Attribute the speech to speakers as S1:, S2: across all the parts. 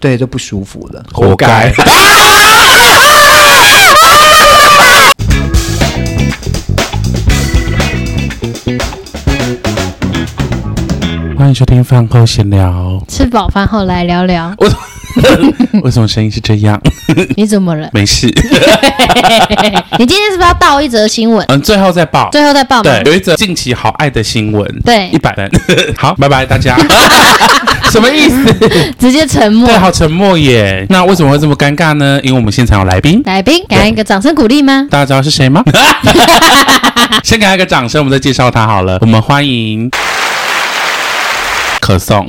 S1: 对，就不舒服了。
S2: 活该。，
S3: 欢迎收听饭后闲聊。
S4: 吃饱饭后来聊聊，
S3: 为什么声音是这样？
S4: 你怎么了？
S3: 没事，啊
S4: 你今天是不是要报一则新闻？
S3: 嗯，最后再报。
S4: 最后再报吗？
S3: 对，有一则近期好爱的新闻，
S4: 对
S3: 一百人。 好，拜拜大家。什么意思？
S4: 直接沉默
S3: 对，。好沉默耶。那为什么会这么尴尬呢？因为我们现场有来宾，
S4: 来宾，给他一个掌声鼓励吗？
S3: 大家知道是谁吗？先给他一个掌声，我们再介绍他好了。我们欢迎可颂。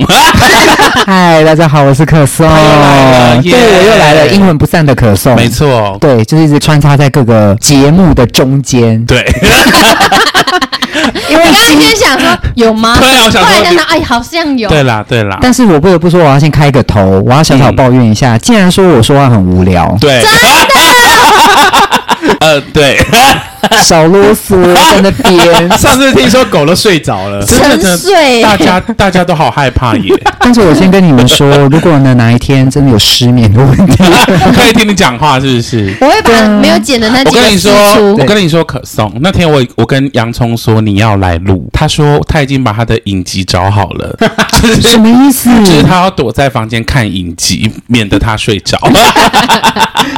S1: 嗨，大家好，我是可颂，
S3: 来了耶
S1: 哦对我又来了，阴魂不散的可颂，
S3: 没，错，
S1: 对，就是一直穿插在各个节目的中间，
S3: 对，
S1: 因为
S4: 你刚刚
S1: 今
S4: 先想说有吗？
S3: 对啊我想说
S4: 突然想到，哎，好像有。
S3: 对啦，对啦，
S1: 但是我不得不说，我要先开个头，我要小小抱怨一下，既然说我说话很无聊，
S3: 对，呃，对。
S1: 少啰嗦在那边
S2: 上次听说狗都睡着了，
S3: 真的
S4: 沉睡
S3: 大家大家都好害怕耶。
S1: 但是我先跟你们说，如果呢哪一天真的有失眠的问题，
S3: 可以听你讲话是不是？
S4: 我会把没有剪的那
S3: 我
S4: 几个
S3: 跟你
S4: 输
S3: 说，我
S4: 出。
S3: 跟你说，可颂那天我我跟洋葱说你要来录，他说他已经把他的影集找好了， 就是
S1: 什么意
S4: 嗯
S1: 思？
S3: 就是他要躲在房间看影集，免得他睡 着。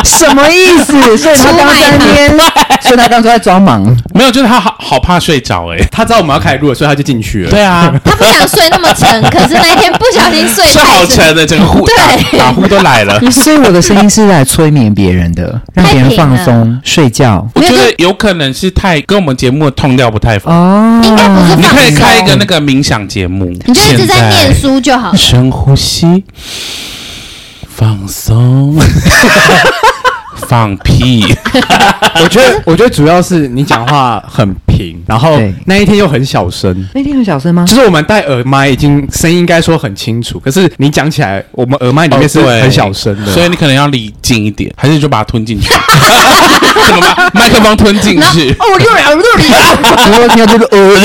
S1: 什么意思？所以他刚刚在那边，所以他刚刚在装忙。
S3: 没有，就是他好好怕睡着哎、
S2: 他知道我们要开始录了，所以他就进去了。
S3: 对啊，
S4: 他不想睡那么沉， 可是那一天不小心睡
S3: 睡好
S4: 太
S3: 沉的，整个呼打
S4: 对
S3: 打呼都来 了。
S1: 所以我的声音是来催眠别人的，让别人放松、睡觉。
S3: 我
S4: 没有
S3: 觉得有可能是太跟我们节目的痛调不太符。
S1: 哦，
S4: 应该不是
S3: 你
S4: 放
S3: 可以
S4: 松
S3: 开一个那个冥想节目，
S4: 你就一直在念
S3: 现
S4: 书就 好了。
S3: 深呼吸，放 松，放屁，
S2: 我觉得，我觉得主要是你讲话很平，然后
S1: 对
S2: 那一天又很小声。
S1: 那天很哎小声吗
S2: 就？是我们戴耳麦，已经声音应该说很清楚，可是你讲起来，我们耳麦里面是
S3: 哦对
S2: 很小声的，
S3: 所以你可能要离近一点，还是你就把它吞 进去？ 怎么把麦克风吞进去？
S1: 哦，我六耳朵里， 我听到这个呃，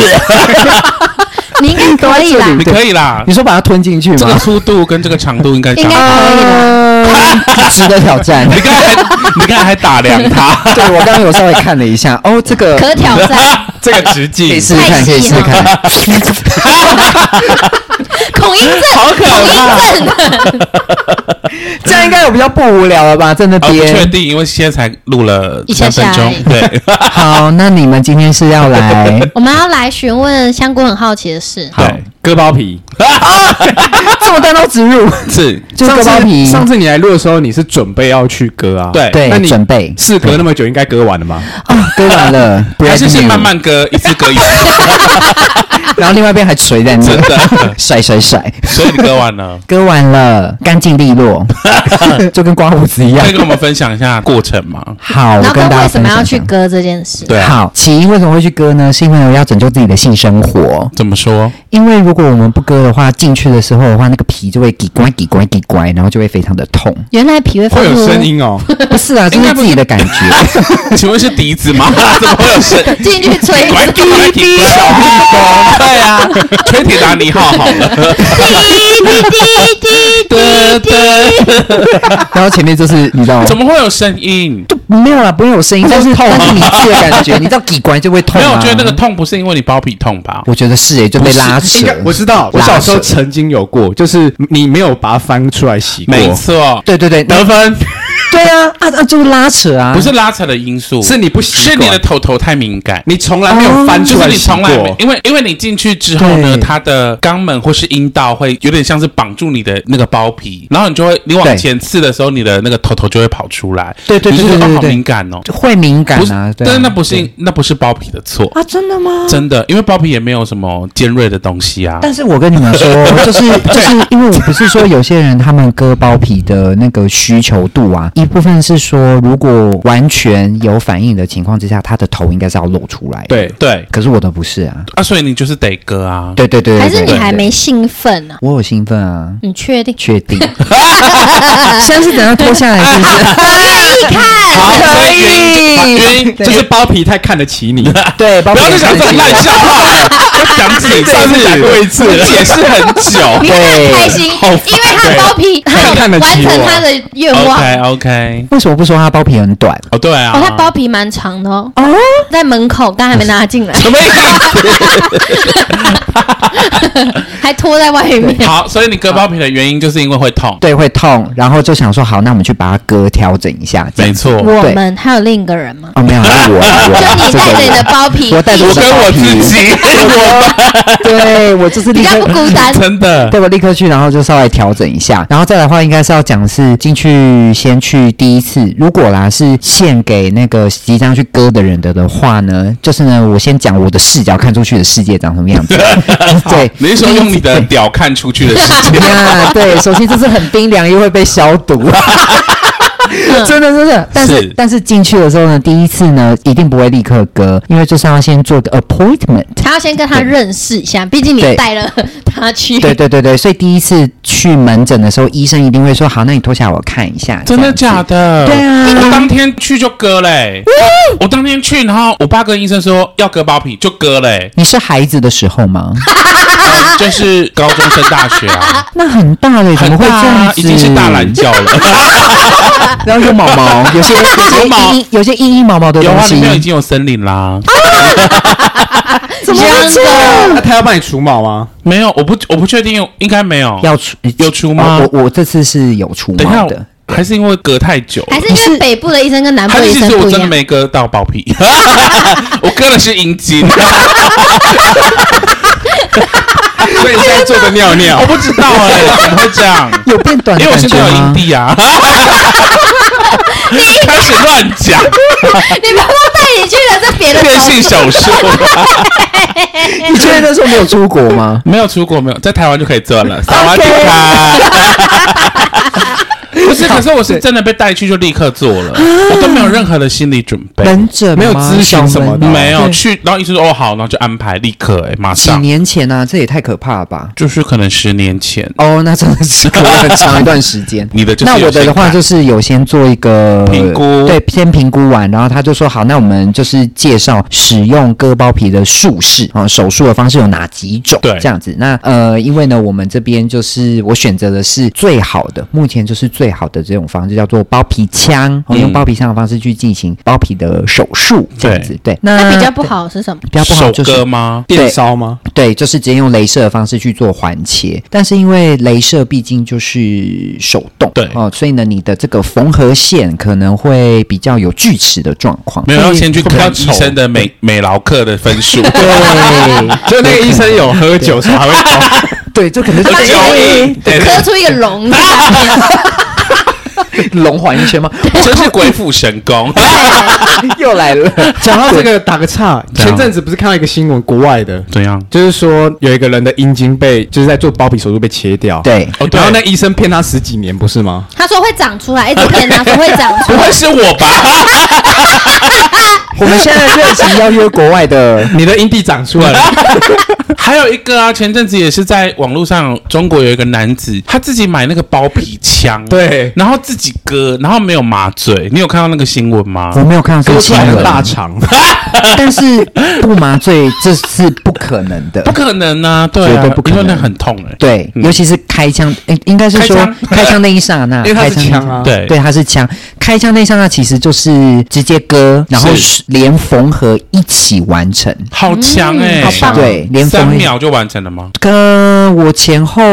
S4: 你应该可以啦，
S3: 你可以啦
S1: 你，说把它吞进去
S3: 这个
S1: 吗？
S3: 粗度跟这个长度应该
S4: 应
S3: 差不多。
S4: 该可以啦。
S1: 呃值得挑战。
S3: 你刚才还你刚才还打量 它，
S1: 对我刚刚有稍微看了一下，哦，这个
S4: 可挑 战，
S2: 这个直
S1: 可
S2: 径
S1: 以试试看，可以试试看。
S4: 恐音
S3: 好可怕！
S4: 症，恐音 症，
S1: 这样应该有比较啊不无聊了吧？在那
S3: 哦不确
S1: 边。
S3: 定，因为现在才录了
S4: 一下
S3: 三分
S4: 下而
S3: 钟
S4: 已，
S3: 对，
S1: 好，那你们今天是要来
S4: 我们要来询问香菇很好奇的事。
S3: 好
S2: 对，割包皮，
S1: 这么单刀直 入？
S3: 是，
S1: 就是割包皮。
S2: 上次你来录的时候，你是准备要去割啊？
S3: 对
S1: 对
S2: 那，你
S1: 准备
S2: 是隔那么久，应该割完了吗？
S1: 啊，割完了，
S3: 还是
S1: brand
S3: 先
S1: new
S3: 慢，慢割，一次割一次，
S1: 然后另外一边还垂在那
S3: 真，的。
S1: 甩甩甩，
S3: 所以你割完了，
S1: 割完了，干净 利落，就跟刮胡子一样
S3: 可以。跟我们分享一下过程吗？
S1: 好，我
S4: 然后
S1: 跟大
S4: 跟
S1: 家
S4: 为什么要
S1: 分享
S4: 去
S1: 一下？
S4: 割这件事？
S3: 对啊
S1: 好，起因为什么会去割呢？是因为我要拯救自己的性生活。
S3: 怎么说？
S1: 因为如果我们不割的话，进去的时候的话，那个皮就会叽乖叽乖叽乖，然后就会非常的 痛。
S4: 原来皮会发
S2: 会有
S4: 出
S2: 声音哦，
S1: 不是啊，就
S3: 应该
S1: 是
S3: 不
S1: 自己的感觉。
S3: 请问是笛子 吗？怎么会有声？
S4: 进去吹，
S3: 管管管小蜜蜂，对啊， 吹铁达尼号好了，
S4: 滴滴滴
S3: 噔噔，
S1: 然后前面就是你知道吗
S3: 怎？么会有声音？
S1: 没有啦，不会有声音，但是但是你自己的感觉，你知道叽乖就会
S3: 啊
S1: 痛、
S3: 没
S1: 啊。
S3: 有，我觉得那个痛不是因为你包皮痛吧？
S1: 我觉得是诶、欸就被拉扯
S2: 应该。我知道，我
S1: 拉
S2: 小时候
S1: 扯
S2: 曾经有过，就是你没有把它翻出来洗过，
S3: 没错，
S1: 对对对，那
S2: 得分
S1: 对啊啊啊，就是拉扯啊，
S3: 不是拉扯的因素，
S2: 是你不习
S3: 是
S2: 惯
S3: 你的头头太敏感。
S2: 你从来没有翻
S3: 哦就
S2: 出
S3: 是
S2: 来
S3: 你
S2: 洗
S3: 从来没
S2: 过，，
S3: 因为因为你进去之后呢，
S1: 对
S3: 它的肛门或是阴道会有点像是绑住你的那个包皮，然后你就会你往
S1: 对
S3: 前刺的时候，你的那个头头就会跑出来，
S1: 对对对
S3: 你就觉得
S1: 对对
S3: 哦好
S1: 对
S3: 敏感哦，
S1: 会敏感
S3: 不是
S1: 啊，，对啊
S3: 但是那不是那不是包皮的错，
S1: 啊，真的吗？
S3: 真的，因为包皮也没有什么尖锐的东西啊。
S1: 但是我跟你们说， 就是就是因为我不是说有些人他们割包皮的那个需求度啊， 一部分是说如果完全有反应的情况之下，他的头应该是要露出来的。，
S2: 对，
S3: 对
S1: 可是我的不是啊。
S3: 啊，所以你就是得割啊。
S1: 对对对，对
S4: 还是你还？
S1: 对对
S4: 没兴奋呢？
S1: 我有兴奋啊，
S4: 你确 定？
S1: 确定。现在是等他脱下来是不是？
S4: 啊你看，
S3: 好，所以原因就原因
S2: 就是包皮太看得起你。
S1: 对，包
S3: 不
S1: 皮
S3: 要再讲这种烂笑话了，我讲几次，
S2: 上次讲过一次
S3: 我解释很
S4: 你
S3: 久。
S4: 看他很开心，
S3: 好烦
S4: 因为他包皮，他
S2: 看得
S4: 有完
S2: 起
S4: 成
S2: 我
S4: 他的愿望。
S3: OK OK，
S1: 为什么不说他包皮很短？
S3: 哦对啊，
S4: 哦，他包皮蛮长的哦，在门口，但还没拿进来，
S3: 什么意思？
S4: 还拖在外面。
S3: 好，所以你割包皮的原因就是因为会痛，
S1: 对，会痛，然后就想说好，那我们去把它割调整一下。这样
S3: 没错。
S4: 我们还有另一个人吗？
S1: 哦，没有，是
S4: 就
S1: 我，我
S4: 你带着你的包皮，
S1: 我带着
S3: 我
S1: 的
S3: 跟我自己，
S1: 这个对我就是
S4: 比
S1: 立
S4: 较不
S1: 刻。
S4: 孤单。
S3: 真的
S1: 对，我立刻去，然后就稍微调整一下，然后再来的话，应该是要讲是进去先去第一次，如果啦是献给那个即将去割的人的的话呢，就是呢，我先讲我的视角看出去的世界长什么 样子。对，
S3: 你是说用你的屌看出去的世 界？
S1: 呀，对，首先就是很冰凉，又会被消毒。
S4: 嗯
S1: 真的真的，但是
S3: 是
S1: 但是进去的时候呢，第一次呢一定不会立刻割，因为就是要先做个 appointment。
S4: 他要先跟他认识一下，毕竟你
S1: 对
S4: 带了他去。
S1: 对对对对，所以第一次去门诊的时候，医生一定会说：“好，那你脱下来我看一下。”
S3: 真的假的？
S1: 对啊
S3: 我当天去就割嘞、我当天去，然后我爸跟医生说要割包皮，就割 嘞、
S1: 你是孩子的时候吗？
S3: 然后就是高中升大学啊，
S1: 那很大了，怎
S3: 很
S1: 么会
S3: 大、
S1: 这样
S3: 啊
S1: 子？，
S3: 已经是大 懒觉了。
S1: 然后有毛毛，有些有些
S3: 有毛
S1: 阴阴有些阴阴毛毛的
S3: 有
S1: 东
S3: 啊，里
S1: 西，
S3: 面已经有森林啦。
S1: 怎么会这样？
S2: 那他要帮你除毛吗？
S3: 没有，我不我不确定，应该没有。
S1: 要出
S3: 有除吗
S1: 哦我我这次是有除
S3: 等一下
S1: 毛的。，
S3: 还是因为隔太久了
S4: 还是因为北部的医生跟南部
S3: 还
S4: 的
S3: 是
S4: 医
S3: 其
S4: 生
S3: 实
S4: 不
S3: 我
S4: 一
S3: 真的
S4: 样？
S3: 没割到包皮， 我割的是阴茎。
S2: 所以你现在做的尿尿
S3: 我，不知道哎、 怎么会这样？
S1: 有变短
S3: 因
S1: 的
S3: 为我
S1: 感
S3: 现
S1: 觉
S3: 在有阴
S1: 吗？
S3: 蒂 啊。开始乱讲，
S4: 你爸爸带你去了这 别的
S3: 变
S4: 州
S3: 性手术
S1: 你确定那时候没有出国吗？
S3: 没有出国，没有在台湾就可以做了。萨瓦迪卡。不是，可啊是我是真的被带去就立刻做了，我都没有任何的心理准备，
S1: 忍者
S2: 没有
S1: 吗
S2: 咨询
S1: 小
S2: 什么
S1: 人
S2: 的
S3: 没有
S1: 对
S3: 去，然后医生说哦好，然后就安排立刻哎、马
S1: 几
S3: 上，
S1: 年前啊，这也太可怕了吧！
S3: 就是可能十年前，。
S1: 哦，那真的是隔了很长一段时间
S3: 你的就是
S1: 那我的的话
S3: 是
S1: 就是有先做一个
S3: 评估
S1: 对，先评估完，然后他就说好，那我们就是介绍使用割包皮的术式啊，手术的方式有哪几种？
S3: 对
S1: 这样子。那呃，因为呢，我们这边就是我选择的是最好的，目前就是最好的这种方式，叫做包皮枪，哦
S3: 嗯
S1: 用包皮枪的方式去进行包皮的手术，这样子。对，那
S4: 那比较不好是什么？
S1: 比较不好
S3: 手
S1: 就是
S3: 割吗？
S2: 电烧吗？
S1: 对，就是直接用镭射的方式去做环切，但是因为镭射毕竟就是手动，
S3: 对
S1: 哦，所以呢，你的这个缝合线可能会比较有锯齿的状况。
S3: 没有，要先去
S2: 会比较
S3: 看医生的美美劳课的分数。
S1: 对
S2: 就那个医生有喝酒，所以还会痛。
S1: 对，就可能
S3: 喝酒瘾，
S4: 磕出一个龙，
S1: 龙环一圈吗？
S3: 哎真是鬼斧神工。
S1: 又来了，
S2: 讲到这个，打个岔，
S3: 怎
S2: 前
S3: 样
S2: 阵子不是看到一个新闻，国外的，
S3: 怎样？
S2: 就是说有一个人的阴茎被就是在做包皮手术被切掉，
S1: 对，
S3: 哦，对
S2: 然后那医生骗他十几年，不是吗？
S4: 他说会长出来，一直骗他说会长
S3: 不
S4: 出 来。
S3: 会是我吧？
S1: 我们现在热情邀约国外的，
S2: 你的阴蒂长出来了，
S3: 还有一个啊，前阵子也是在网络上，中国有一个男子，他自己买那个包皮枪，，
S2: 对，
S3: 然后自己割，然后没有麻醉。你有看到那个新闻吗？
S1: 我没有看到这
S2: 割
S1: 个
S2: 出
S1: 新
S2: 来很
S1: 闻，
S2: 大肠，
S1: 但是不麻醉这是不可能的
S3: 不。可能啊，对
S1: 绝
S3: 啊
S1: 对不，可
S3: 因
S1: 能
S3: 为那很痛哎。
S1: 对，
S3: 嗯
S1: 尤其是开枪，诶应该是说
S3: 开枪
S1: 开枪那一刹那，
S2: 因为他
S1: 开
S2: 是
S1: 枪那一
S2: 枪啊，
S3: 对
S1: 对，它是枪。开枪那一刹那其实就是直接割，然后
S3: 是
S1: 连缝合一起完成。
S3: 好强哎、
S4: 嗯好棒
S1: 对连
S3: 三
S1: 缝合
S3: 秒就完成了吗？
S1: 跟我前后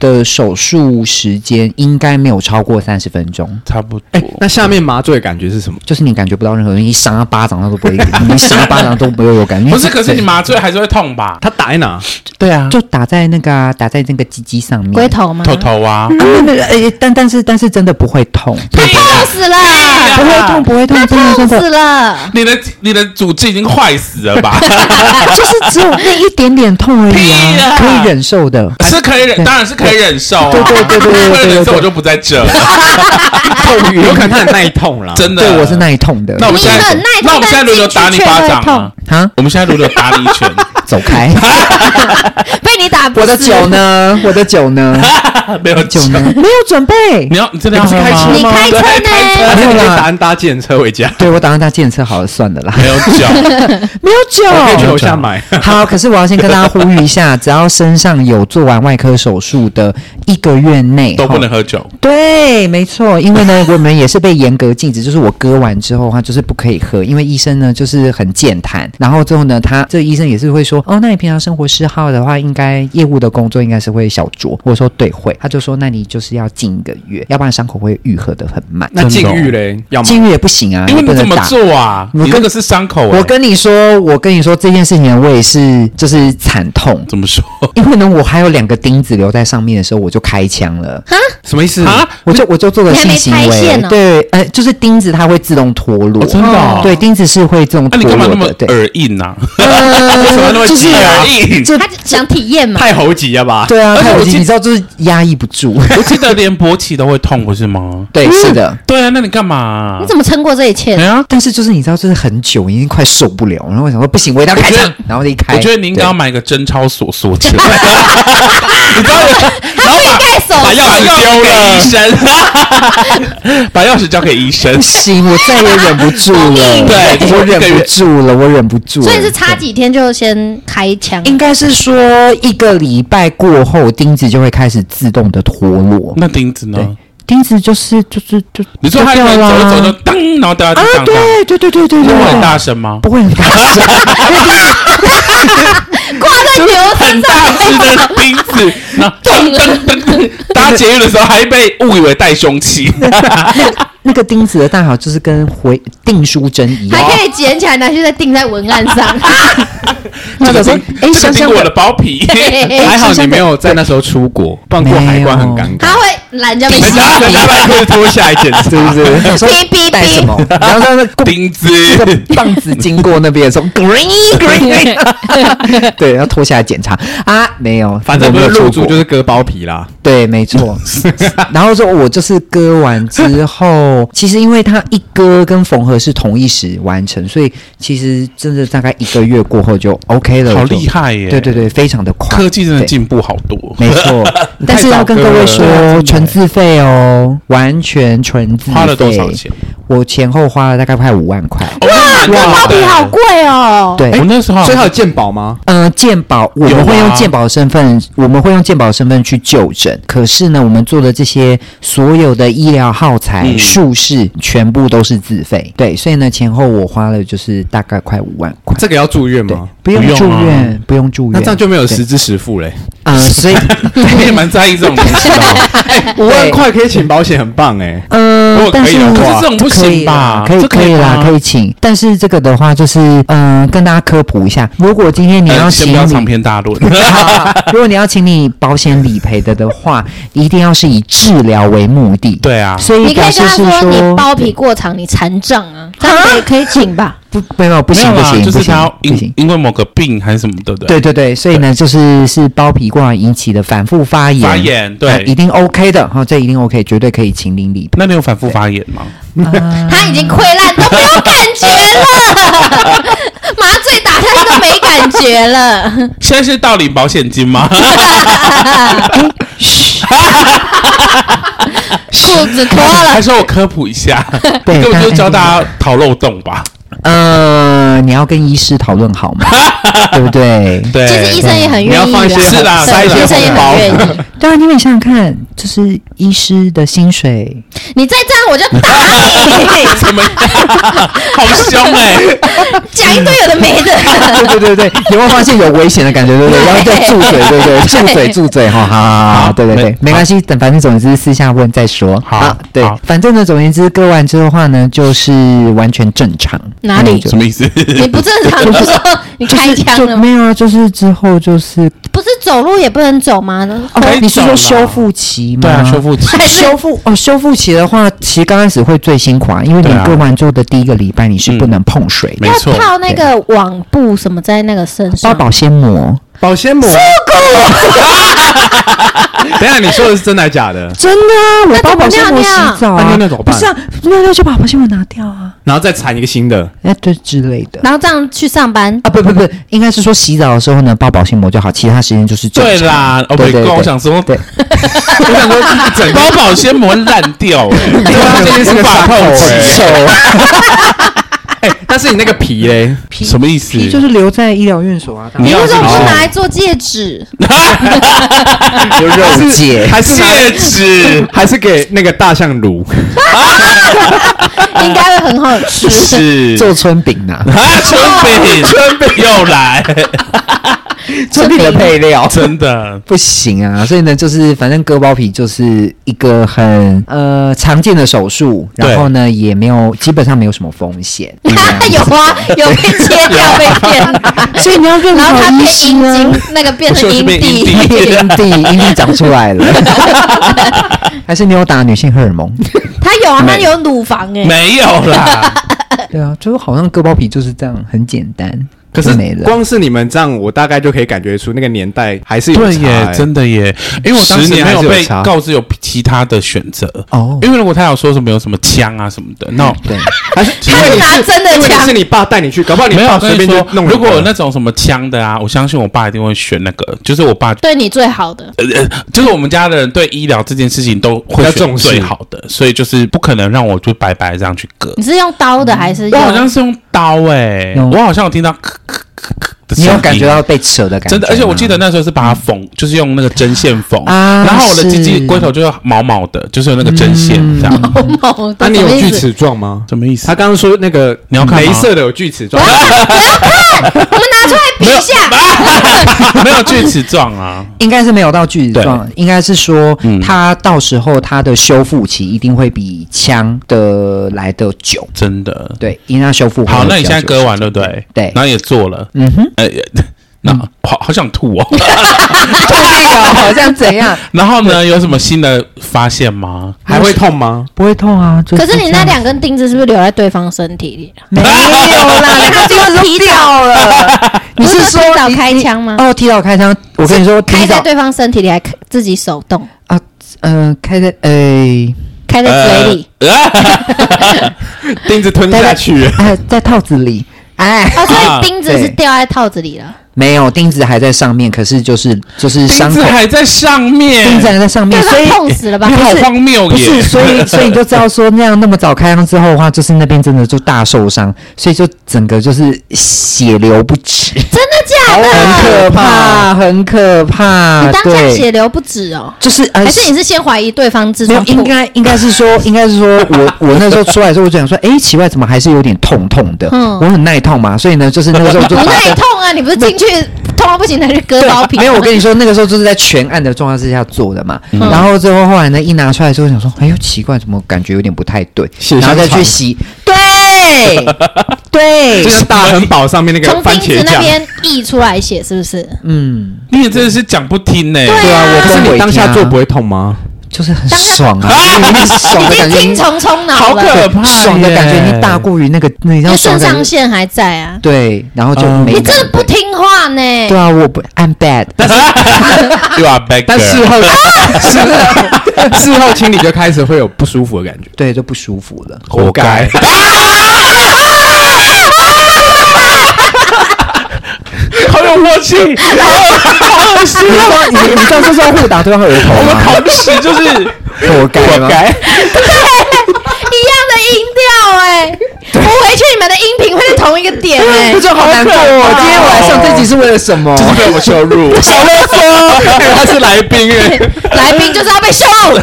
S1: 的手术时间应该没有超过三十分钟，
S3: 差不多。
S2: 哎， 那下面麻醉的感觉是什么？
S1: 就是你感觉不到任何东西，你赏他巴掌他都不会，你赏他巴掌都没有有感觉。
S3: 不是，可是你
S1: 对
S3: 麻醉还是会痛吧？
S2: 他打在哪？
S3: 对啊，
S1: 就打在那个、啊、打在那个鸡鸡上面，
S4: 龟头吗？
S3: 头头啊，
S1: 啊。那个呃，但但是但是真的不会痛，
S3: 哎
S4: 他痛死了，
S3: 啊
S1: 不会痛，不会痛，
S4: 他
S1: 真的
S4: 痛
S1: 真的
S4: 死了。
S3: 你的你的组织已经坏死了 吧？
S1: 就是只有那一点点痛而已
S3: 屁
S1: 啊，
S3: 啊
S1: 可以忍受的。
S3: 是可以忍，当然是可以忍受啊。
S1: 对对对对对对对
S3: 不能忍受
S1: 对
S3: 我就不在这了，
S2: 痛有可能他很耐痛啦，
S3: 真的。
S1: 对，我是。耐痛的。
S3: 那我们现
S4: 你
S3: 在
S4: 很耐痛，
S3: 那我们现在轮流打你巴掌啊
S4: 但进去却会痛。
S1: 哈，
S3: 我们现在录了八力拳，
S1: 走 开！
S4: 被你打不
S1: 我的
S4: 死
S1: 酒？呢？我的酒呢？
S3: 没有
S1: 酒
S3: 讲
S1: 呢？ 没有准备
S3: 你。要你真的要喝
S2: 你不是开
S3: 吗
S2: 车？
S4: 你开车呢？
S2: 还
S1: 没
S2: 是
S1: 有
S2: 你可
S1: 啦
S2: 以打算搭计程车回 家？
S1: 对我打算搭建车好了，算了 啦。
S3: 没有讲，
S1: 没有
S2: 我可以去
S1: 酒。
S2: 楼下买。
S1: 好，可是我要先跟大家呼吁一下，只要身上有做完外科手术的，一个月内
S3: 都不。
S1: 哈
S3: 能喝酒。
S1: 对，没错，因为呢，我们也是被严格禁止，就是我割完之后，他就是不可以喝，因为医生呢就是很健谈，然后之后呢，他这个医生也是会说，哦，那你平常生活嗜好的话，应该业务的工作应该是会小酌，我说对会，他就说那你就是要禁一个月，要不然伤口会愈合的很慢，
S2: 那禁欲嘞，要吗？
S1: 禁欲也不行啊，
S3: 因为
S1: 也不
S3: 你怎
S1: 能
S3: 么
S1: 打。
S3: 做啊？
S1: 我跟
S3: 你那个是伤口欸，
S1: 我跟你说，我跟你说这件事情，我也是就是惨 痛，
S3: 怎么说？
S1: 因为呢，我还有两个钉子留在上面的时候，我就开枪了。
S2: 什么意思？
S3: 啊，
S1: 我就我就做了
S4: 你还
S1: 性
S4: 没
S1: 行
S4: 拆
S1: 为，
S4: 线哦
S1: 对，呃，就是钉子它会自动脱落，
S3: 哦真的哦
S1: 对，钉子是会自动
S3: 那
S1: 脱
S3: 啊你干嘛那么
S1: 落的，对，
S3: 耳硬啊？
S1: 为
S2: 什么那么
S1: 就是
S2: 急啊
S1: 这
S4: 他就想体验嘛？
S2: 太猴急了吧？
S1: 对啊，
S3: 而且
S1: 太
S3: 我
S1: 有
S3: 记
S1: 劲，你知道就是压抑不住，
S3: 我记得连勃起都会痛，不是吗？
S1: 对，是的。
S3: 对啊，那你干嘛
S4: 你？怎么撑过这一切
S3: 哎？呀，
S1: 但是就是你知道，就是很久，已经快受不了，然后我想说不行，我一定要开
S3: 我觉得
S1: 枪，然后就一开，
S3: 我觉得你应该要
S1: 对
S3: 买个贞操锁锁起来，你知道有，然后把
S4: 盖手
S3: 把钥匙丢了，医生，把钥匙交给医生
S1: 不。行，我再也忍不住了，
S3: 对就是
S1: 我
S3: 一个
S1: 忍不
S3: 月
S1: 住了，我忍不住了，
S4: 所以是差几天就先开枪，
S3: 嗯
S1: 应该是说一个礼拜过后，钉子就会开始自动的脱落。
S3: 那钉子呢？
S1: 钉子就是就是就
S3: 你说他
S1: 就
S3: 有
S1: 掉
S3: 人
S1: 啦
S3: 走着走着，噔，然后掉在地
S1: 啊，
S3: 上，这样
S1: 对对对对对对，
S3: 不会很
S1: 对
S3: 大声吗？
S1: 不会很大声，
S4: 挂在牛
S3: 很
S4: 身
S3: 大
S4: 上，
S3: 只的钉子，然后噔噔噔噔，搭捷运的时候还被误以为带凶器，
S1: 那个钉子的大小就是跟回订书针一
S4: 还
S1: 样。
S4: 可以捡起来拿去再钉在文案 上。
S1: 那
S3: 这
S1: 个
S3: 个
S1: 说
S3: 钉，
S1: 哎，
S3: 这
S1: 香
S3: 个钉
S1: 香
S3: 我的
S1: 的，
S3: 包皮。
S4: 嘿
S2: 还好你没有在那时候出国，不然过海关很尴尬。
S4: 他会 懒觉被
S2: 人
S4: 吸
S2: 家人家把裤子脱下来检查，
S1: 对不对？我想说
S4: 哔哔哔
S1: 带什么？ 然后让那个
S3: 钉子，
S1: 那个棒子经过那边的时 候，green green，对，然后脱下来检查啊，没有，
S2: 反正
S1: 我
S2: 不
S1: 没
S2: 是
S1: 有
S2: 入住
S1: 出国
S2: 就是割包皮啦。
S1: 对，没错。然后说，我就是割完之后，其实因为它一割跟缝合是同一时完成，所以其实真的大概一个月过后就 OK 了。
S3: 好
S1: 就
S3: 厉害耶！
S1: 对对对，非常的快。
S3: 科技真的
S1: 对
S3: 进步好多，
S1: 没错， 但是要跟各位说，纯自费哦，完全纯自费。
S3: 花了多少？钱？
S1: 我前后花了大概快五万块。
S3: 哇，
S4: 这包皮好贵哦。
S1: 对，
S3: 我那时候
S2: 所以他有鉴宝吗？
S1: 呃，鉴宝我
S3: 有
S1: 们会
S3: 啊
S1: 用鉴宝的身份，我们会用鉴宝的身份去就诊。可是呢，我们做的这些所有的医疗耗材、
S3: 嗯
S1: 术式，全部都是自费。对，所以呢，前后我花了就是大概快五万块。
S2: 这个要住院
S1: 对
S2: 吗？，
S1: 不用
S3: 不用
S1: 住
S3: 啊
S1: 院，不用住院。
S2: 那这样就没有
S1: 对
S2: 实支实付嘞。
S1: 呃，所 以
S3: 你也蛮在意这种东西的。哦
S2: 五万
S1: 对
S2: 块可以请保险，很棒哎。
S1: 呃，
S2: 如果
S1: 但
S2: 可以
S1: 是
S2: 的
S3: 可
S2: 话
S3: 是这种不
S1: 可
S3: 行
S1: 以啦
S3: 吧？
S1: 可以
S3: 这
S1: 可以啦，可
S3: 以
S1: 以请。但是这个的话，就是嗯、呃跟大家科普一下，如果今 天你
S3: 吗。
S1: 要
S3: 呃
S1: 请
S3: 先不
S1: 你
S3: 要长篇大论，
S1: 好如果你要请你保险理赔的的话，一定要是以治疗为目的。
S3: 对啊，
S1: 所以
S4: 你可
S1: 表
S4: 以
S1: 示
S4: 跟他
S1: 是
S4: 说你包
S1: 说，
S4: 皮过长，你残障啊，这样可以可以请吧？
S1: 不，没有，不行，
S3: 没
S1: 不
S3: 有啦啊
S1: 行，
S3: 就
S1: 不
S3: 是他
S1: 行
S3: 要，
S1: 不行
S3: 因。因为某个病还是什么的，对不对？
S1: 对对对，所以呢，就是是包皮过来引起的反复发炎，
S3: 发炎对
S1: 那一定 OK 的哈，这一定 OK，绝对可以请您理赔。
S3: 那你有反复发炎吗？
S1: 嗯
S4: 他已经溃烂都没有感觉 了，麻醉打下去都没感觉了。
S3: 现在是到领保险金 吗？
S4: 裤子脱了，
S3: 还是我科普一下？
S1: 啊 对
S3: 你根本就
S1: 大家
S3: 是教大家逃漏洞吧？
S1: 呃，你要跟医师讨论 好嘛，对不对？
S3: 对，
S4: 其实 医生也很
S2: 你
S4: 愿
S2: 要
S4: 意啊
S2: 放一些
S3: 是啦
S4: 对
S3: 塞一些
S4: 医生也
S3: 红包
S4: 很愿意。
S1: 对啊，因为你想想看，就是医师的薪水
S4: 你再这样我就打你，
S3: 什 么？ 好凶哎！
S4: 讲一堆有的没的。
S1: 对对对对，有没有发现有危险的感觉？对不对？
S4: 对
S1: 然后就住嘴，对 不对？住嘴，住嘴，哈，好好好，
S3: 好
S1: 对对对
S3: 没，
S1: 没关系，等反正总之私下问再说。
S3: 好
S1: 对
S3: 好，
S1: 反正呢，总而言之，割完之后的话呢，就是完全正常。
S4: 哪里
S1: 嗯 就
S3: 什么意思？
S4: 你不正常，你不说你开枪
S1: 就
S4: 了吗？
S1: 没有啊，就是之后就是
S4: 不是走路也不能走吗？
S1: 哦
S3: 可以，
S1: 你是
S3: 走
S1: 说
S3: 了
S1: 修复期吗？
S3: 对 啊，修复期。
S4: 还是
S1: 修复哦，修复期的话，其实刚开始会最辛苦啊，因为你
S3: 对啊嗯
S1: 割完之后的第一个礼拜你是不能碰水的，
S3: 没
S4: 要
S3: 错
S4: 套那个网布什么在那个身
S1: 包
S4: 上？
S1: 保鲜膜。
S2: 保鲜膜。 等一下你说的是真的还是假的？
S1: 真的啊，我帮保鲜膜洗澡
S2: 那
S1: 啊，
S2: 尿尿怎么办
S1: 不是啊，尿尿就把保鲜膜拿掉啊，
S2: 然后再产一个新的，
S1: 哎，对之类的。
S4: 然后这样去上班，
S1: 啊，不不不，应该是说洗澡的时候呢，包保鲜膜就好，其他时间就是正
S3: 对
S1: 常。
S3: 啦，哦
S1: 对对
S3: ，my
S1: 对
S3: god，我想说，
S1: 对
S3: 我想说，整包保鲜膜烂掉，哎，
S2: 对啊，这件是个
S3: 无法
S2: 伤口
S3: 透气
S2: 哎
S1: 手啊，
S2: 哎，
S3: 啊
S2: 但是你那个皮嘞，
S3: 什么意思？
S1: 皮就是留在医疗院所啊，
S3: 你
S4: 你
S3: 要
S4: 为
S3: 是
S4: 什么
S3: 不
S4: 不
S3: 是
S4: 拿来做 戒指？
S1: 有肉解。
S2: 还是拿？
S3: 戒指
S2: 还是给那个大象乳？
S4: 应该会很好吃。
S3: 是
S1: 做春饼呐、啊，
S3: 啊，春饼， 春饼又来，
S1: 春饼的配料
S3: 真的。
S1: 不行啊，所以呢，就是反正割包皮就是一个很呃常见的手术，
S3: 对
S1: 然后呢也没有基本上没有什么风险，
S4: 有啊，有被切掉 被骗，
S1: 所以你要认
S4: 然后它
S1: 好
S4: 变
S1: 医
S4: 阴
S1: 生啊，
S4: 茎，那个变成
S3: 我就是
S4: 阴
S3: 变 阴
S4: 蒂
S3: 蒂。
S1: 阴蒂阴蒂长出来了，还是你有打女性荷尔蒙？
S4: 它有啊，它有乳房哎、
S3: 没有啦，
S1: 对啊，就是好像割包皮就是这样，很简单，
S2: 可是
S1: 就没了。
S2: 光是你们这样，我大概就可以感觉出那个年代还是有
S3: 对
S2: 差
S3: 耶
S2: 哎，
S3: 真的耶，因为我当
S2: 十
S3: 时
S2: 年
S3: 没
S2: 还是有
S3: 被
S2: 差
S3: 告知有其他的选择
S1: 哦
S3: 因为如果他有说什么有什么枪啊什么的，那
S1: 对，
S2: 还是因
S4: 他
S2: 为
S4: 是
S2: 你
S4: 拿真的
S2: 因为你
S4: 枪
S2: 是，你爸带你去，搞不好你
S3: 没有
S2: 爸
S3: 我跟
S2: 随
S3: 你
S2: 便就
S3: 说
S2: 弄。，
S3: 如果有那种什么枪的啊，我相信我爸一定会选那个，就是我爸
S4: 对你最好的。
S3: 呃就是我们家的人对医疗这件事情都会
S2: 比较
S3: 选
S2: 重视
S3: 最好的，所以就是不可能让我就白白这样去割。
S4: 你是用刀的还是
S3: 我
S4: 用？
S3: 好像是用刀哎、
S1: 嗯
S3: 我好像有听到咳咳咳咳的
S1: 你
S3: 声
S1: 有
S3: 音
S1: 感觉到被扯的感觉吗？
S3: 真的，而且我记得那时候是把它缝，就是用那个针线缝，
S1: 啊
S3: 然后我的鸡鸡
S1: 是
S3: 龟头就是毛毛的，就是有那个针线
S1: 嗯
S3: 这样。
S4: 某某的，
S2: 那
S3: 啊
S2: 你
S4: 什
S2: 有
S4: 么意
S2: 锯
S4: 思？
S2: 齿状吗？
S3: 什么意思
S2: 他？刚刚说那个
S3: 你要看吗
S2: 镭射的有锯齿状，
S4: 我们拿出来比一下，
S3: 没有锯齿状啊，
S1: 应该是没有到锯齿状，应该是说
S3: 嗯
S1: 它到时候它的修复期一定会比枪的来的久，
S3: 真的。
S1: 对，因为它修复会
S3: 好，那你
S1: 比较
S3: 现在
S1: 久
S3: 割完了对不对？
S1: 对
S3: 然后也做了，
S1: 嗯哼，
S3: 呃，也那好好想吐 哦。
S1: 痛那个啊好像怎样？
S3: 然后呢，有什么新的发现吗？
S2: 还会痛吗？
S1: 不会痛啊，就
S4: 可是你
S1: 这
S4: 那
S1: 样
S4: 两根钉子是不是留在对方身体里？
S1: 没有 啦，那个钉子都 掉了。你是说
S4: 提早
S1: 你
S4: 开枪吗？
S1: 哦，提早开枪？我跟你说，提
S4: 开在
S1: 早
S4: 对方身体里，还开自己手动，
S1: 呃开在呃
S4: 开在嘴里。
S3: 呃
S2: 钉子吞
S1: 待
S2: 下
S1: 在
S2: 去，
S1: 哎在套子里。 哎，
S4: 哦，所
S3: 啊
S4: 以钉子
S1: 对
S4: 是掉在套子里了。
S1: 没有钉子还在上面，可是就是就是
S3: 钉
S1: 伤口
S3: 子还在上
S1: 钉
S3: 面
S1: 子，还在上面
S4: 对，
S1: 所以
S4: 方痛死了吧
S3: 你？好荒谬
S1: 不是，
S3: 耶！
S1: 所 以所以你就知道说那样那么早开枪之后的话，就是那边真的就大受伤，所以就整个就是血流不 止，
S4: 真的假
S1: 很
S4: 的？
S1: 可怕，很可怕
S4: 你。当下
S1: 对，
S4: 血流不止哦，
S1: 就是呃
S4: 还是你是先怀疑对方痔
S1: 没有
S4: 疮，破？
S1: 应该应该是说，应该是说我我那时候出来的时候，我就想说，哎，奇怪，怎么还是有点痛痛的？
S4: 嗯
S1: 我很耐痛嘛，所以呢，就是那个时候就
S4: 你
S1: 把
S4: 耐痛啊！你不是进去痛到不行才去割包皮吗？
S1: 没有，我跟你说，那个时候就是在全暗的状况之下做的嘛。然后最后后来呢，一拿出来之后想说，哎呦，奇怪，怎么感觉有点不太 对？
S2: 血
S1: 然
S2: 相
S1: 后再去
S2: 传
S1: 洗，对 对
S2: 就，像大亨堡上面那个
S4: 从
S2: 番
S4: 钉
S2: 茄
S4: 子那
S2: 酱。
S4: 边溢出来血，是不是？
S1: 嗯，
S3: 你也真的是讲不听呢。
S4: 对
S1: 对啊，我
S2: 可是
S1: 跟
S2: 你
S1: 我
S2: 当下做不
S1: 会，
S2: 会痛吗？
S1: 就是很
S4: 当下
S1: 爽啊， 很爽的
S4: 已经
S1: 感
S4: 精
S1: 觉，
S4: 虫充脑
S3: 好
S4: 了，
S3: 可怕耶，
S1: 爽的感觉，你大过于那个那
S4: 你
S1: 叫
S4: 的
S1: 爽
S4: 肾
S1: 的
S4: 上腺还在啊！
S1: 对，然后就
S2: 嗯
S1: 没
S4: 你
S1: 感觉。
S4: 真的不听话呢
S1: 对？啊，我不，I'm bad，啊
S3: You are back，
S2: 但
S3: girl
S2: 事后 事后事后清理就开始会有不舒服的感觉，
S1: 对，就不舒服了。
S3: 活该。 好有默契，
S1: 你知道你你知道这是要互打对方啊额头
S3: 我们
S1: 吗？
S3: 同时就是
S1: 活该吗？
S4: 一样的音调哎，我回去你们的音频会是同一个点哎
S1: 这。就好难过哦。今天我来上这集是为了什么？
S3: 被我羞辱，小啰嗦，他是来宾哎。
S4: 来宾就是要被羞辱，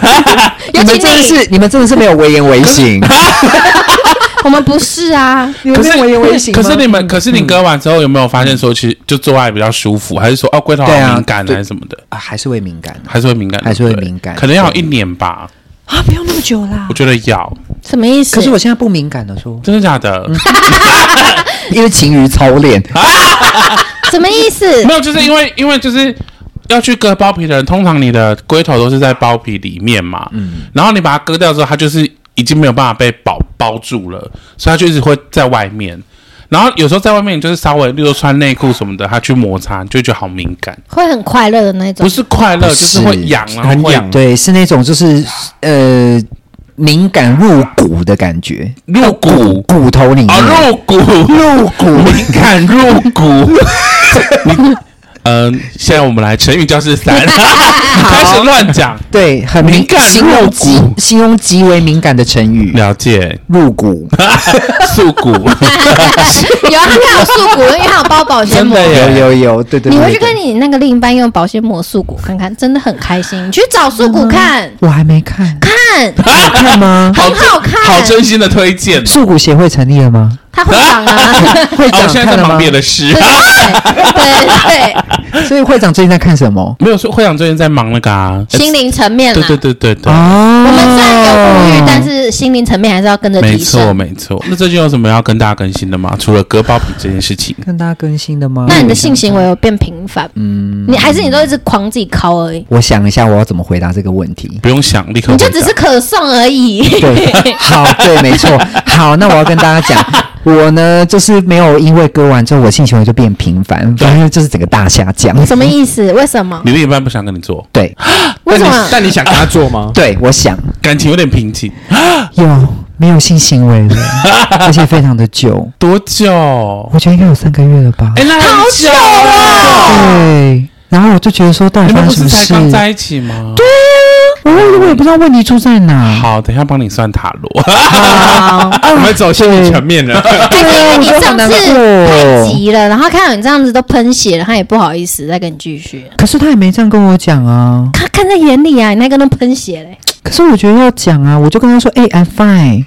S4: 尤
S1: 你们
S4: 其
S1: 真的
S4: 你，
S1: 是，你们真的是没有危言危行，
S4: 我们不是啊，
S1: 你们没有危言危行吗
S3: 可是你们，可是你割完之后有没有发现说，其实就做爱比较舒服，还是说哦龟头好
S1: 对啊
S3: 敏感
S1: 对
S3: 还是什么的，
S1: 啊，还是会敏感啊
S3: 还是会敏感，
S1: 还是会
S3: 对不对
S1: 敏感
S3: 可能要有一年吧，
S1: 啊，不要那么久啦
S3: 我。觉得要，
S4: 什么意思？
S1: 可是我现在不敏感了，说
S3: 真的假的？
S1: 因为情侣操 练，
S4: 什么意思
S3: 没？有，就是因为因为就是要去割包皮的人，通常你的龟头都是在包皮里面嘛，嗯，然后你把它割掉之后，它就是已经没有办法被包包住了，所以它就一直会在外面。然后有时候在外面，你就是稍微，例如穿内裤什么的，它去摩擦，你就会觉得好敏感，
S4: 会很快乐的那种
S3: 不。是快乐，
S1: 不
S3: 就是是会痒，然后
S2: 很
S3: 会
S2: 痒
S1: 对，是那种就是呃敏感入骨的感觉，
S3: 入骨
S1: 骨头里面。
S3: 啊，入 骨，入骨，敏感入骨。 你嗯，现在我们来成语教室三， 开始乱讲，
S1: 对，很敏
S3: 敏感
S1: 形容
S3: 入
S1: 极
S3: 骨
S1: 形容极为敏感的成 语，
S3: 了解，
S1: 入骨。
S3: 素骨，
S4: 有啊，他看有素骨，因为他有包保鲜
S3: 真
S4: 膜。
S3: 的
S1: 有
S3: 耶，
S1: 有有，对对对。
S4: 你回去
S1: 对
S4: 跟你那个另一半用保鲜膜素骨看看，真的很开心。你去找素骨看
S1: 我还没看，
S4: 看，
S1: 好看吗？
S4: 很好看，
S3: 好真心的推荐。哦
S1: 树骨协会成立了吗？
S4: 它会长 啊。
S1: 会
S3: 啊，
S1: 长
S3: 我现在
S1: 看
S3: 在
S1: 了
S3: 忙
S1: 吗？
S3: 别的事
S4: 对。对
S1: 所以会长最近在看什么？
S3: 没有说会长最近在忙那个啊，
S4: 对，心灵层面
S3: 对
S4: 啦。
S3: 对对对对，
S1: 哦，
S4: 我们虽然有物欲，但是心灵层面还是要跟着
S3: 没
S4: 提
S3: 错
S4: 升。
S3: 没错。那最近有什么要跟大家更新的吗？除了割包皮这件事情，。
S1: 跟大家更新的吗？
S4: 那你的性行为有变频繁？嗯，你还是你都一直狂自己敲而已，
S1: 我想一下，我要怎么回答这个问 题
S3: 不用想，立刻回答。
S4: 你就只是可送而已。
S1: 对，好，对，没错。好，那我要跟大家讲， 我呢就是没有因为割完之后我性行为就变频繁，反正就是整个大下降。
S4: 什么意思？为什么？
S3: 你另一半不想跟你做，
S1: 对，
S4: 为什
S2: 但
S1: 啊
S4: 么
S2: 你？但你想跟他做 吗？
S1: 对，我想
S3: 感情有点瓶颈，
S1: 有没有性行为了， 而且非常的久，
S3: 多久？
S1: 我觉得应该有三个月了吧。
S3: 哎，那
S4: 好
S3: 很
S4: 久
S3: 久
S4: 哎啊
S3: 啊了。
S1: 对，然后我就觉得说，到底
S3: 你
S1: 发
S3: 们
S1: 生
S3: 不
S1: 什
S3: 是
S1: 么
S3: 才刚
S1: 事？
S3: 在一起吗？对。
S1: 我也我也不知道问题出在 哪。
S3: 好，等一下帮你算塔罗。
S4: 好
S2: 我们走心理层面了，
S4: 因为你上
S1: 啊
S4: 次太
S1: 过。
S4: 急了，然后看到你这样子都喷血了，他也不好意思再跟你继续。
S1: 可是他也没这样跟我讲啊。
S4: 他看在眼里啊，你那个都喷血嘞，
S1: 可是我觉得要讲啊，我就跟他说，哎、i m fine。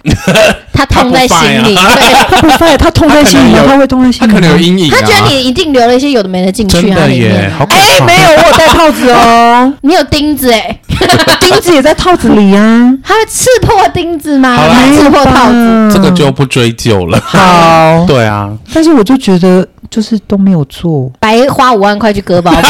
S4: 他痛在心里，
S3: 他
S4: 对，
S1: 他不 fine，他痛在心里吗？啊
S2: 他可能有
S1: 他会痛在
S2: 他
S1: 心里
S2: 可
S1: 吗？
S2: 能有阴影啊。
S4: 他觉得你一定留了一些有的没的进去
S3: 真
S4: 啊
S3: 的
S4: 里面
S3: 耶，
S4: 啊
S3: 好可
S1: 哎、
S3: 怕。
S1: 没有，我有戴套子 哦，
S4: 你有钉子哎，
S1: 钉子也在套子里啊。
S4: 他会刺破钉子吗？
S3: 好啦
S4: 还
S1: 没
S4: 是刺
S1: 有
S4: 破套子？
S1: 吧
S3: 这个就不追究了。
S1: 好，
S3: 对啊，
S1: 但是我就觉得就是都没有做，
S4: 白花五万块去割包皮，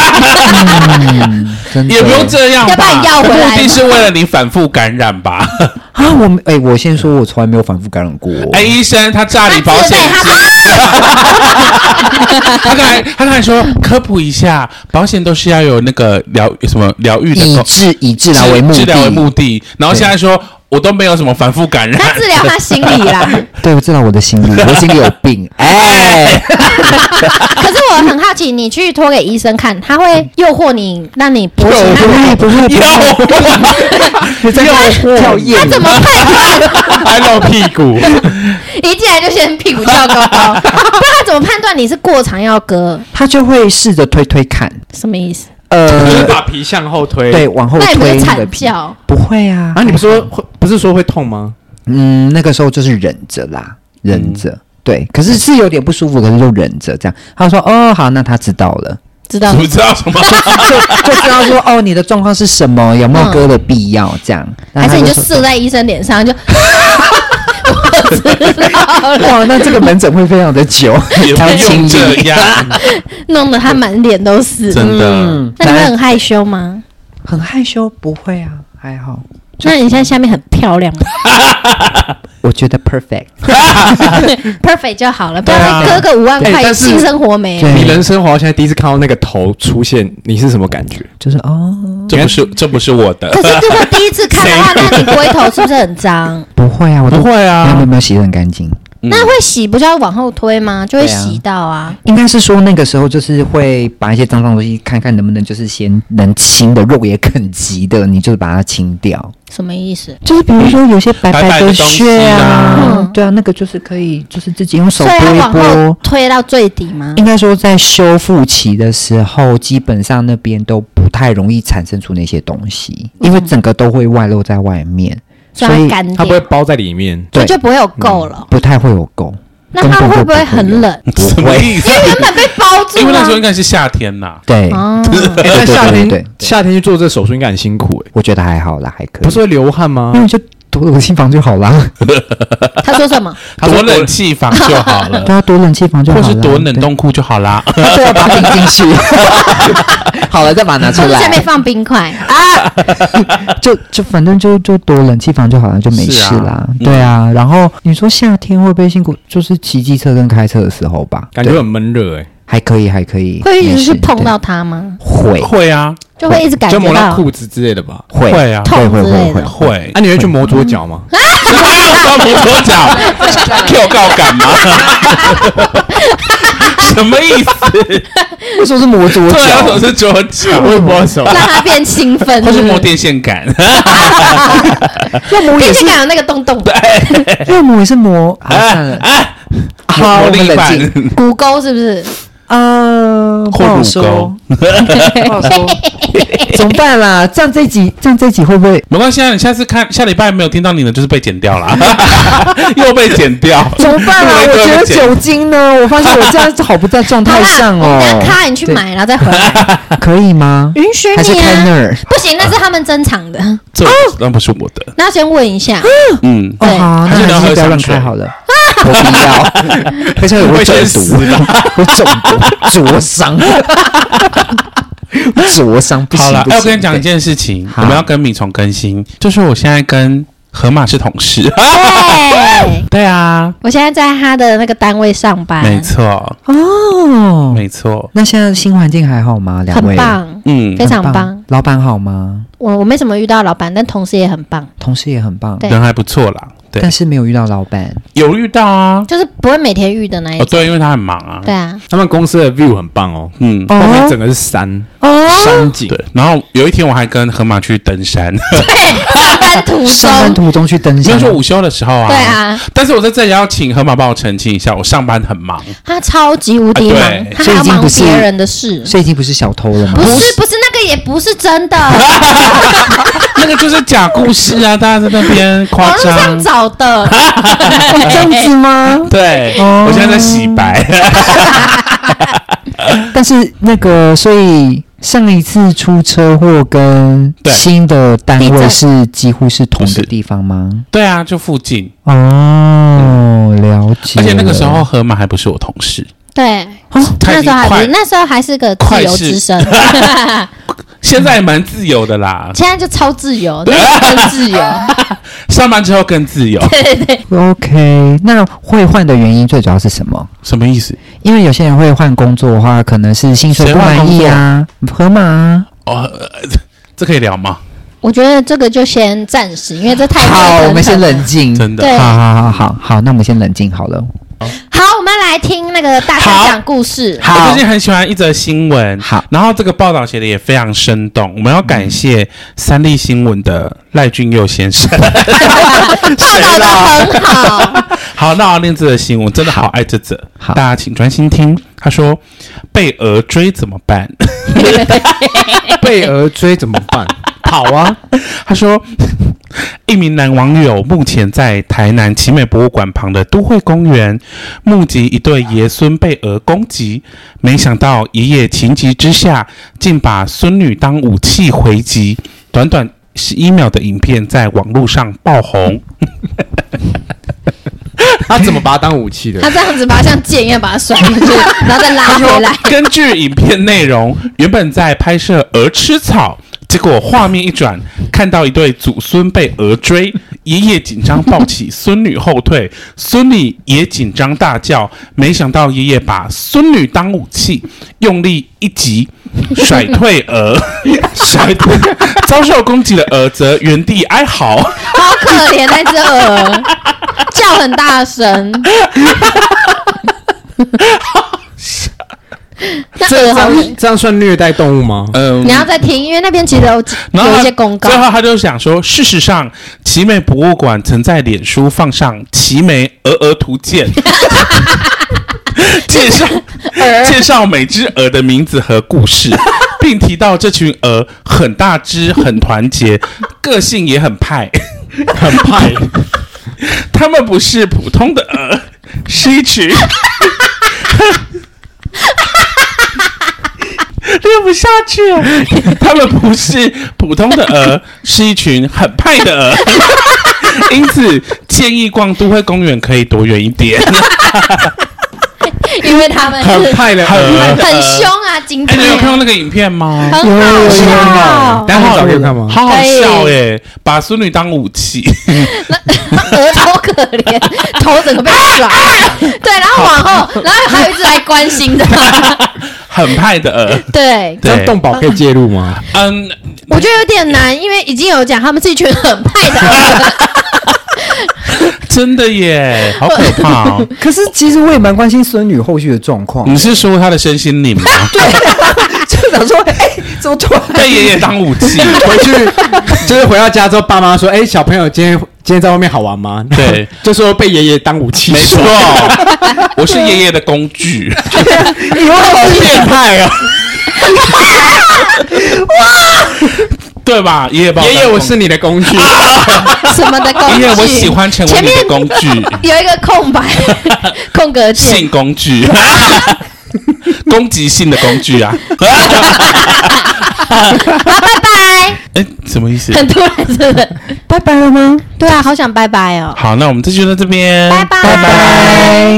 S1: 嗯，真的
S3: 也不用这样
S4: 要不
S3: 吧
S4: 然。要回来
S3: 目的是为了你反复感染 吧？
S1: 啊。我哎、我先说，我从来没有反复感染过。
S3: 哎，医生，他诈你保
S4: 他自
S3: 险
S4: 备
S1: 啊
S3: 金。他刚才他刚才说科普一下，保险都是要有那个疗什么疗愈的
S1: 以
S3: 功
S1: 治以治疗为目的，
S3: 治疗为目的。然后现在说我都没有什么反复感染，
S4: 啊 他治疗他心理啦。
S1: 对，我知道我的心 理，我心里有病。哎、
S4: 可是我很好奇，你去托给医生看，他会诱惑你，让你勃起，
S1: 不会不会不会，哎你在跳
S4: 那
S1: 艳
S4: 他怎么判 断？
S3: 还露屁股，
S4: 一进来就先屁股翘高高，不然他怎么判断你是过长要割？
S1: 他就会试着推推看，
S4: 什么意思？
S2: 就是
S1: 呃，
S2: 把皮向后推。
S1: 对，，往后
S4: 那你不
S1: 推
S4: 是
S1: 那个
S4: 惨
S1: 皮，
S4: 叫？
S1: 不会啊。
S2: 啊，你不是说会不是说会痛吗？
S1: 嗯，那个时候就是忍着啦，
S3: 嗯
S1: 忍着。对，可是是有点不舒服，可是就忍着这样。他说：“哦，好，那他知道 了，
S4: 知道？
S3: 不知道 什么。
S1: 就知道说哦，你的状况是什么，有没有割的必要这样。那
S4: 还
S1: 他
S4: 是你就
S1: 说
S4: 射在医生脸上就？ 我知道了，
S1: 哇，那这个门诊会非常的久，
S3: 也
S1: 还要
S3: 不
S1: 清
S3: 用这
S1: 理，
S3: 样，
S4: 弄得他满脸都是。
S3: 真的。
S1: 嗯，
S4: 那你会
S1: 来
S4: 很害羞吗？
S1: 很害羞，不会啊，还好，
S4: 那你现在下面很漂亮吗
S1: 我觉得 perfect。
S4: ？Perfect 就好了，不
S3: 对
S4: 要
S3: 啊
S4: 再割个五万
S2: 哎
S4: 块，
S2: 但是
S4: 性生活没了。
S1: 对
S2: 你人生活到现在第一次看到那个头出现，你是什么感觉？
S1: 就是哦，
S3: 这不是这不是我
S4: 可
S3: 的，
S4: 是如果第一次看的话，那你龟头是不是很脏？
S1: 不会啊，我都
S3: 不会啊
S1: 你有没有洗得很干净？
S4: 那会洗不就要往后推吗？就会洗到啊。
S1: 应该是说那个时候就是会把一些脏脏东西，看看能不能就是先能清的肉也很急的，你就是把它清掉。
S4: 什么意思？
S1: 就是比如说有些白
S3: 白白的
S1: 的
S3: 东西
S1: 屑
S3: 啊
S4: 嗯
S1: 对啊，那个就是可以就是自己用手
S4: 哦所以它
S1: 拨一
S4: 往后
S1: 拨。
S4: 推到最底吗？
S1: 应该说，在修复期的时候，基本上那边都不太容易产生出那些东西，因为整个都会外露在外面，
S4: 所
S1: 所
S4: 以它
S1: 以
S4: 干
S2: 它不会
S4: 掉，
S2: 包在里面。
S4: 所以
S1: 对
S4: 就不会有垢了。
S1: 不太会有垢。
S4: 那它
S1: 根本
S4: 会
S1: 就
S4: 不会
S1: 不会有
S4: 很冷？
S3: 什么意 思
S4: 因？为原本被包住
S3: 因为那时候应
S4: 了。
S3: 该是夏天呐，
S1: 对，
S4: 哦，
S2: 哎，那夏
S1: 对对对
S2: 天
S1: 对
S2: 夏天去做这手术应该很辛苦哎，
S1: 我觉得还好啦，还可以。
S2: 不是会流汗吗
S1: 那？你就躲冷气房就好啦，
S4: 他说什么？
S2: 他说
S3: 躲冷气房就好了，
S1: 对啊，躲冷气房就好
S3: 或
S1: 啦，
S3: 是躲冷
S1: 对，
S3: 冻库就好啦。
S1: 对啊，把它顶进去，好了，再把它拿出
S4: 从
S1: 来
S4: 下。面放冰块，啊
S1: 就就反正就就躲冷气房就好了，就没
S2: 是
S1: 事
S2: 啊
S1: 啦。对啊，然后你说夏天会不会辛苦？就是骑机车跟开车的时候吧，
S2: 感觉
S1: 对
S2: 很闷热哎，
S1: 还可以，还可以。
S4: 会一
S1: 没
S4: 直
S1: 事
S4: 去碰
S1: 对
S4: 到它吗？
S1: 会
S3: 会啊，
S4: 就会一直感
S2: 就
S4: 觉
S2: 磨到
S4: 到
S2: 裤子之类的吧。
S1: 会
S3: 会啊
S1: 会会
S4: 痛之类
S1: 会
S4: 的
S1: 会
S3: 会
S2: 啊，你会去磨左脚吗？
S3: 要磨多脚，Q 告干嘛？ 什么意思？
S1: 为什么是磨左
S3: 对啊，
S1: 脚
S3: 我？是左脚，
S2: 我会磨手，
S4: 让它变兴奋，
S3: 或是
S4: 对
S3: 摸
S4: 不对
S3: 电线杆，
S1: 要磨也
S4: 电
S1: 是
S4: 线，杆有那个洞洞，
S1: 要磨也是磨。好，算了，
S3: 啊，
S1: 好，
S3: 磨
S1: 我们
S3: 另一
S1: 冷
S3: 半
S1: 静。
S4: 骨沟是不是？
S1: 呃，不
S3: 或
S1: 好
S3: 乳
S1: 说
S3: 沟，
S1: 不好 说，怎么办啦？这样这一集，这样这一集会不会
S3: 没关系啊，你下次看下礼拜没有听到你的，就是被剪掉 了，又被剪掉，
S1: 怎么办啦？
S3: 录了一
S1: 我
S3: 堆
S1: 觉得
S3: 被剪
S1: 酒精呢，我发现我这样好不在状
S4: 好
S1: 态
S4: 啦
S1: 上
S4: 我们等下
S1: 哦，
S4: 咔，你去买，然后再回来，
S1: 可以吗？
S4: 允许
S1: 还是
S4: 你
S1: 开那
S4: 啊？
S1: 儿？
S4: 不行，那是他们珍藏的，
S1: 啊
S3: 这那不是我的，
S4: 那先问一下。
S3: 嗯，
S1: 哦，
S4: 对
S1: 好啊，
S3: 还
S1: 那
S3: 是你要
S1: 还是
S3: 喝
S1: 不要
S3: 香
S1: 乱
S3: 水
S1: 开好了。我不要，而且我会中
S3: 先
S1: 毒
S3: 死，的。
S1: 我中毒灼伤，灼伤不行。
S3: 好了，
S1: 不
S3: 哎，
S1: 行
S3: 我跟你讲一
S1: 对
S3: 件事情，
S1: 好
S3: 我们要跟米虫更新，就是我现在跟河马是同事，
S4: 对，
S3: 对啊，
S4: 哎我现在在他的那个单位上
S1: 哎
S4: 班，
S3: 没错，
S1: 哦，
S3: 没错，
S1: 那现在新环境还好吗？两位
S4: 很棒，
S3: 嗯
S4: 非，常
S1: 很
S4: 棒。，
S1: 老板好吗？
S4: 我我没什么遇到老板，但同事也很棒，
S1: 同事也很棒，
S4: 对
S3: 人还不错啦，对
S1: 但，是没有遇到老板。
S3: 有遇到啊，
S4: 就是不会每天遇的那一
S3: 哦，
S4: 种。
S3: 对，因为他很忙啊，
S4: 对啊，
S2: 他们公司的 view 很棒哦，
S3: 嗯。
S2: 后面
S1: 哦
S2: 整个是山
S1: 哦，
S2: 山景，
S3: 对，然后有一天我还跟河马去登 山，
S4: 上班途
S1: 上班
S4: 中，
S1: 途中去登
S3: 没有
S1: 山
S3: 说，午休的时候啊。
S4: 对，啊，
S3: 但是我在这里要请河马帮我澄清一下，我上班很忙，
S4: 他超级无敌忙
S3: 啊对，
S4: 他还
S1: 所以已
S4: 要
S1: 经
S4: 忙
S1: 不是
S4: 别人的事。
S1: 所以已经不是小偷了吗
S4: 不？ 是不是，那个也不是真 的，
S3: 那个就是假故事 啊，大家在那边夸
S4: 网络上
S3: 张。
S4: 找的。
S1: 这样子吗？
S3: 对，
S1: 哦
S3: 我现在在洗白。
S1: 但是那个，所以上一次出车祸跟
S3: 对
S1: 新的单
S4: 地
S1: 位
S4: 震
S1: 是几乎是同
S3: 不
S1: 的
S3: 是
S1: 地方吗？
S3: 对啊，就附近，
S1: 哦，了解
S3: 而
S4: 啊
S1: 了。
S3: 且那个时候河马还不是我同事，
S4: 对，
S3: 他
S4: 那
S3: 已
S4: 时
S3: 经
S4: 候还不
S3: 快
S4: 是，，那时候还是个自由之身，
S3: 现在也蛮自由的啦，
S4: 现在就超自由，那时候更自由。
S3: 上班之后更自由。
S4: 对对对，
S1: OK，那会换的原因最主要是什么？
S3: 什么意思？
S1: 因为有些人会换工作的话，可能是薪水不满意啊，河马啊，
S3: 哦，呃这可以聊吗？
S4: 我觉得这个就先暂时，因为这太
S3: 哦
S1: 好，我们先
S4: 冷。
S1: 冷静。
S3: 真的
S4: 对
S1: 好好好好好，那我们先冷静好了。
S4: 好，我们来听那个大象讲故事。
S3: 我
S1: 好
S3: 最，近很喜欢一则新闻，
S1: 好
S3: 然后这个报道写的也非常生动，我们要感谢三立新闻的赖俊佑先 生。
S4: 报道的很好，
S3: 好，那我要念这则新闻，真的好爱这则，
S1: 好
S3: 大家请专心听。他说：“被鹅追怎么办？”
S2: 被鹅追怎么办？
S3: 跑啊！ 他说，一名男网友目前在台南奇美博物馆旁的都会公园目击一对爷孙被鹅攻击，没想到爷爷情急之下竟把孙女当武器回击。短短十一秒的影片在网络上爆红，
S2: 他怎么把它当武器的？
S4: 他这样子把它像箭一样把它甩出去，然后再拉回来。
S3: 根据影片内容， 原本在拍摄鹅吃草，结果画面一转，看到一对祖孙被鹅追，爷爷紧张抱起孙女后退，孙女也紧张大叫。没想到爷爷把孙女当武器，用力一 击。甩退鹅， 甩退遭受攻击的鹅则原地哀嚎。
S4: 好可怜那只鹅，叫很大声。那
S2: 这
S4: 鹅好像，
S2: 样这样算虐待动物吗？
S3: 嗯
S4: 你要再听，因为那边其实有几
S3: 然后
S4: 有
S3: 他
S4: 一些公告
S3: 最。后他就想说，事实上，奇美博物馆曾在脸书放上《奇美鹅鹅图 鉴》，介绍介绍每只鹅的名字和故事，并提到这群鹅很大只、很团结，个性也很派。
S2: 很派，
S3: 它们不是普通的鹅， 是一群练不下去了。他们不是普通的鹅，是一群很派的 呃 鹅。因此，建议逛都会公园可以躲远一点。
S4: 因为他们 是
S2: 很派 的呃鹅，
S4: 很凶啊，警
S3: 呃哎，
S4: 察
S3: 你有看到那个影片吗？
S4: 很好笑，
S2: 待会找给我看吗？
S3: 好好笑耶！把孙女当武器，
S4: 鹅超可 怜，头整个被
S3: 哎
S4: 甩。对，然后往后，然后还有一只来关 心的，
S3: 很派的鹅。
S4: 对。
S2: 这样
S3: 对，
S2: 动保可以介入吗？
S3: 嗯，
S4: 我觉得有点难，因为已经有讲他们是一群很 派的鹅，
S3: 真的耶，好可怕哦！
S1: 可是其实我也蛮关心孙女后续的状况。
S3: 你是说他的身心 灵吗？
S1: 就想说，哎、怎么突然？
S3: 被爷爷当武器？
S2: 回去就是回到家之后，爸妈说：“哎、小朋友今天今天在外面好玩吗？”
S3: 对，
S2: 就说被爷爷当武器
S3: 没
S2: 使
S3: 错
S2: 用，，
S3: 我是爷爷的工具。
S1: 你为
S2: 好变态哦！
S3: 对吧？爷爷把
S2: 爷
S3: 当
S2: 爷，
S3: 工
S2: 我是你的工具，
S4: 什么的工具。
S3: 爷爷，我喜欢成为
S4: 前
S3: 你
S4: 面
S3: 的工具，
S4: 有一个空白空格键
S3: 性，工 具，攻击性的工具 啊！
S4: 好，拜拜。
S3: 哎，什么意思？
S4: 很突然，是不是？
S1: 拜拜了吗？
S4: 对啊，好想拜拜哦。
S3: 好，那我们这就到这边，
S4: 拜拜
S1: 拜。